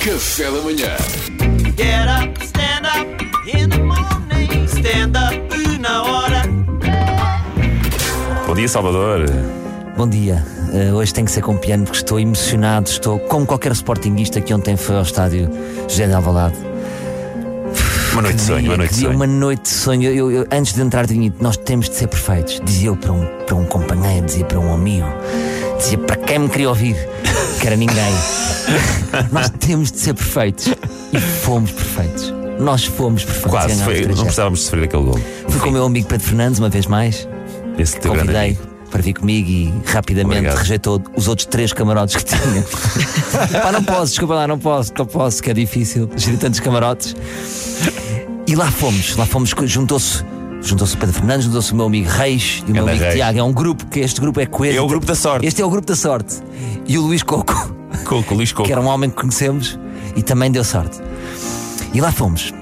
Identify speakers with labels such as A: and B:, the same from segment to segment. A: Café da manhã.
B: Get up, stand up in the morning. Stand up na hora.
C: Bom dia, Salvador.
D: Bom dia. Eh, hoje tem que ser com piano porque estou emocionado. Estou como qualquer sportinguista que ontem foi ao estádio José de Alvalade.
C: Uma noite de sonho, uma
D: Dia,
C: noite de
D: que dia,
C: sonho.
D: Uma noite de sonho. Eu, eu- antes de entrar, tinha dito, nós temos de ser perfeitos. Dizia eu para um, para um companheiro, dizia para um amigo, dizia para quem me queria ouvir, que era ninguém. nós temos de ser perfeitos. E fomos perfeitos. Nós fomos perfeitos. É
C: Quase,
D: Ganhámos
C: foi-
D: 3-0.
C: não precisávamos de sofrer aquele gol.
D: Fui com o meu amigo Pedro Fernandes, uma vez mais.
C: Esse teu grande
D: Convidei
C: amigo.
D: para vir comigo e rapidamente
C: Obrigado.
D: rejeitou os outros três camarotes que tinha. Pá, não posso, desculpa lá, não posso, não posso, que é difícil gerir tantos camarotes. E lá fomos, lá fomos, juntou-se. Juntou-se o Pedro Fernandes, juntou-se o meu amigo Reis e o meu
C: Ganda
D: amigo
C: Reis.
D: Tiago. É um grupo que este grupo é coeso.
C: É o grupo da sorte.
D: Este é o grupo da sorte. E o Luís Coco
C: Com com o Luís Coco.
D: que era um homem que conhecemos e também deu sorte. E lá fomos.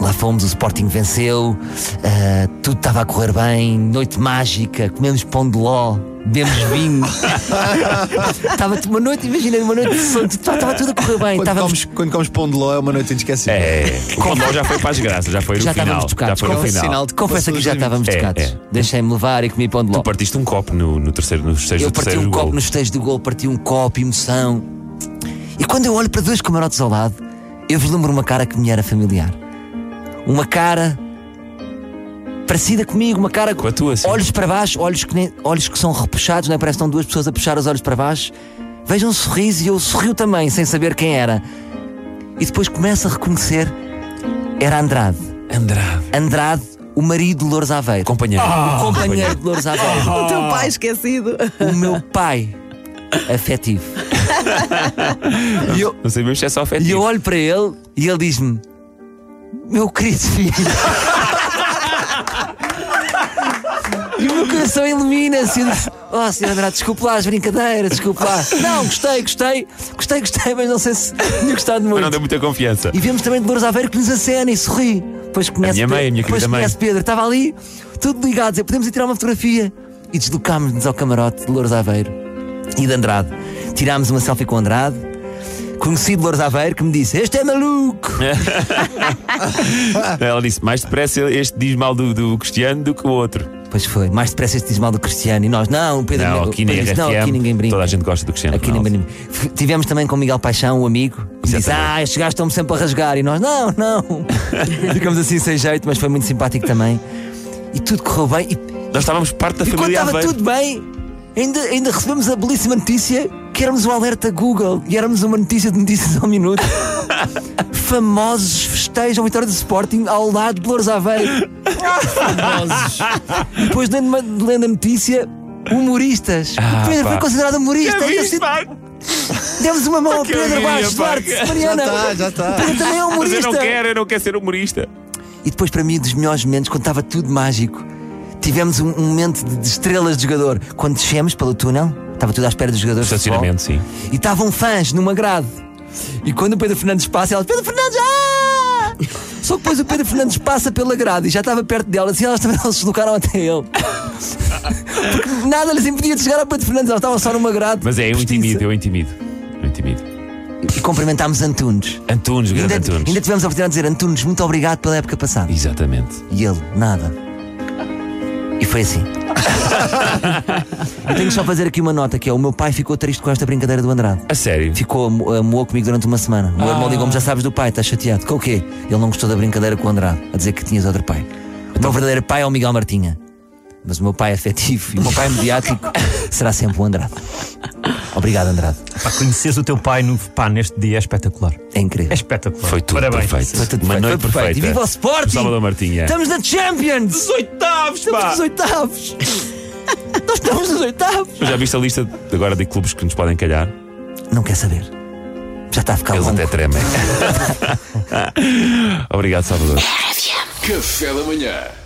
D: Lá fomos, o Sporting venceu, ah, tudo estava a correr bem, noite mágica, comemos pão de ló, bebemos vinho. Estava uma noite, imagina, uma noite de sono, tudo- estava tudo a correr bem.
E: Quando, comes,
D: Estávamos,
E: quando comes pão de ló é uma noite inesquecível.
C: É. O Condor já foi para as graças, já foi no
D: já
C: final.
D: estávamos tocados.
C: já foi no
D: confesso-
C: final.
E: final de que
D: Confesso
E: passou
D: que
E: os
D: já
E: limites.
D: estávamos
C: É,
D: tocados.
C: é.
D: Deixei-me levar e comi pão de ló.
C: Tu partiste um copo no, no terceiro, no festejo
D: Eu
C: do
D: parti
C: terceiro
D: um
C: gol.
D: copo nos festejos do gol, parti um copo, emoção. E quando eu olho para dois camarotes ao lado, eu vislumbro uma cara que me era familiar. Uma cara parecida comigo, uma cara
C: Com a tua, sim.
D: Olhos para baixo, olhos que, nem- olhos que são repuxados, não é? Parece que estão duas pessoas a puxar os olhos para baixo. Vejo um sorriso e eu sorriu também, sem saber quem era. E depois começo a reconhecer: era Andrade.
C: Andrade.
D: Andrade, o marido de Louros Aveiro.
C: Companheiro. Ah!
D: o companheiro de Louros Aveiro
F: O teu pai esquecido.
D: o meu pai afetivo. e, eu,
C: Não sabemos se é só
D: e eu
C: afetivo.
D: olho para ele e ele diz-me: Meu querido filho. E o meu coração ilumina-se. Eu disse, Oh, Sr. Andrade, desculpe lá as brincadeiras, desculpe lá. Não, gostei, gostei, gostei, gostei, mas não sei se tinha gostado
C: Mas não
D: muito.
C: deu muita confiança.
D: E vemos também Dolores Aveiro que nos acena e sorri. Depois conhece
C: minha mãe,
D: Pedro,
C: a minha querida
D: depois
C: mãe.
D: conhece Pedro. Estava ali, tudo ligado, a dizer, podemos ir tirar uma fotografia. E deslocámos-nos ao camarote de Dolores Aveiro e de Andrade. Tirámos uma selfie com Andrade. Conheci Dolores Aveiro que me disse: Este é maluco!
C: Ela disse: mais depressa este diz mal do, do Cristiano do que o outro.
D: Pois foi, mais depressa este diz mal do Cristiano. E nós, não, Pedro,
C: Não,
D: Pedro
C: aqui nem
D: disse,
C: RFM.
D: não, aqui ninguém brinca.
C: Toda a gente gosta do Cristiano.
D: Aqui
C: Ronaldo.
D: nem F- Tivemos também com Miguel Paixão, o amigo, que
C: Isso é
D: diz:
C: também.
D: Ah, estes gajos estão-me sempre a rasgar. E nós: Não, não. Ficamos assim sem jeito, mas foi muito simpático também. E tudo correu bem. E,
C: Nós estávamos parte da
D: e quando
C: família
D: estava
C: Aveiro.
D: tudo bem, ainda, ainda recebemos a belíssima notícia que éramos um alerta Google e éramos uma notícia de notícias ao minuto. Famosos festejam a vitória do Sporting ao lado de Louros Aveiro. Famosos. E depois, lendo, uma- lendo a notícia, humoristas.
C: Ah,
D: o Pedro
C: pá.
D: foi considerado humorista. assim,
C: É
D: E eu
C: isto,
D: sinto-
C: pá.
D: Demos uma mão a Pedro
C: alegria,
D: Baixo
C: pá.
D: Duarte,
E: Já
D: Mariana.
E: está, já está.
D: Pedro também
C: Mas
D: é
C: eu
D: humorista.
C: não quero, eu não quero ser humorista.
D: E depois, para mim, dos melhores momentos, quando estava tudo mágico, tivemos um, um momento de, de estrelas de jogador. Quando descemos pelo túnel, estava tudo à espera dos jogadores. de
C: Estacionamento, sim.
D: futebol, E estavam fãs numa grade. E quando o Pedro Fernandes passa, ela Pedro Fernandes, ah! Só que depois o Pedro Fernandes passa pela grade e já estava perto delas e elas também não se deslocaram até ele. Porque nada lhes impedia de chegar ao Pedro Fernandes, elas estavam só numa grade.
C: Mas é, eu
D: postiça.
C: intimido, eu intimido. Eu intimido.
D: E cumprimentámos Antunes.
C: Antunes, grande
D: Ainda,
C: Antunes.
D: ainda tivemos a oportunidade de dizer Antunes, muito obrigado pela época passada.
C: Exatamente.
D: E ele, nada. E foi assim. Eu tenho só a fazer aqui uma nota que é o meu pai ficou triste com esta brincadeira do Andrade.
C: A sério.
D: Ficou, mo- eh, moou comigo durante uma semana. O meu
C: Ah.
D: irmão ligou-me, já sabes do pai, estás chateado. Com o quê? Ele não gostou da brincadeira com o Andrade, a dizer que tinhas outro pai. O meu verdadeiro pai é o Miguel Martinha. Mas o meu pai é afetivo e o meu pai mediático será sempre o Andrade. Obrigado, Andrade.
G: Pá, conheceres o teu pai no, pá, neste dia é espetacular.
D: É incrível.
G: É espetacular.
C: Foi tudo
G: Parabéns.
C: perfeito.
D: Foi tudo
C: Uma
D: perfeito,
C: noite
D: foi perfeito.
C: perfeita.
D: E viva o Sporting!
C: Salvador Martinha.
D: Estamos na Champions!
C: Os oitavos, pá!
D: Estamos nos oitavos! Nós estamos nos oitavos!
C: Já viste a lista de- agora de clubes que nos podem calhar?
D: Não quer saber. Já está a ficar
C: Eles
D: longo.
C: até tremem. Obrigado, Salvador.
A: Café da manhã.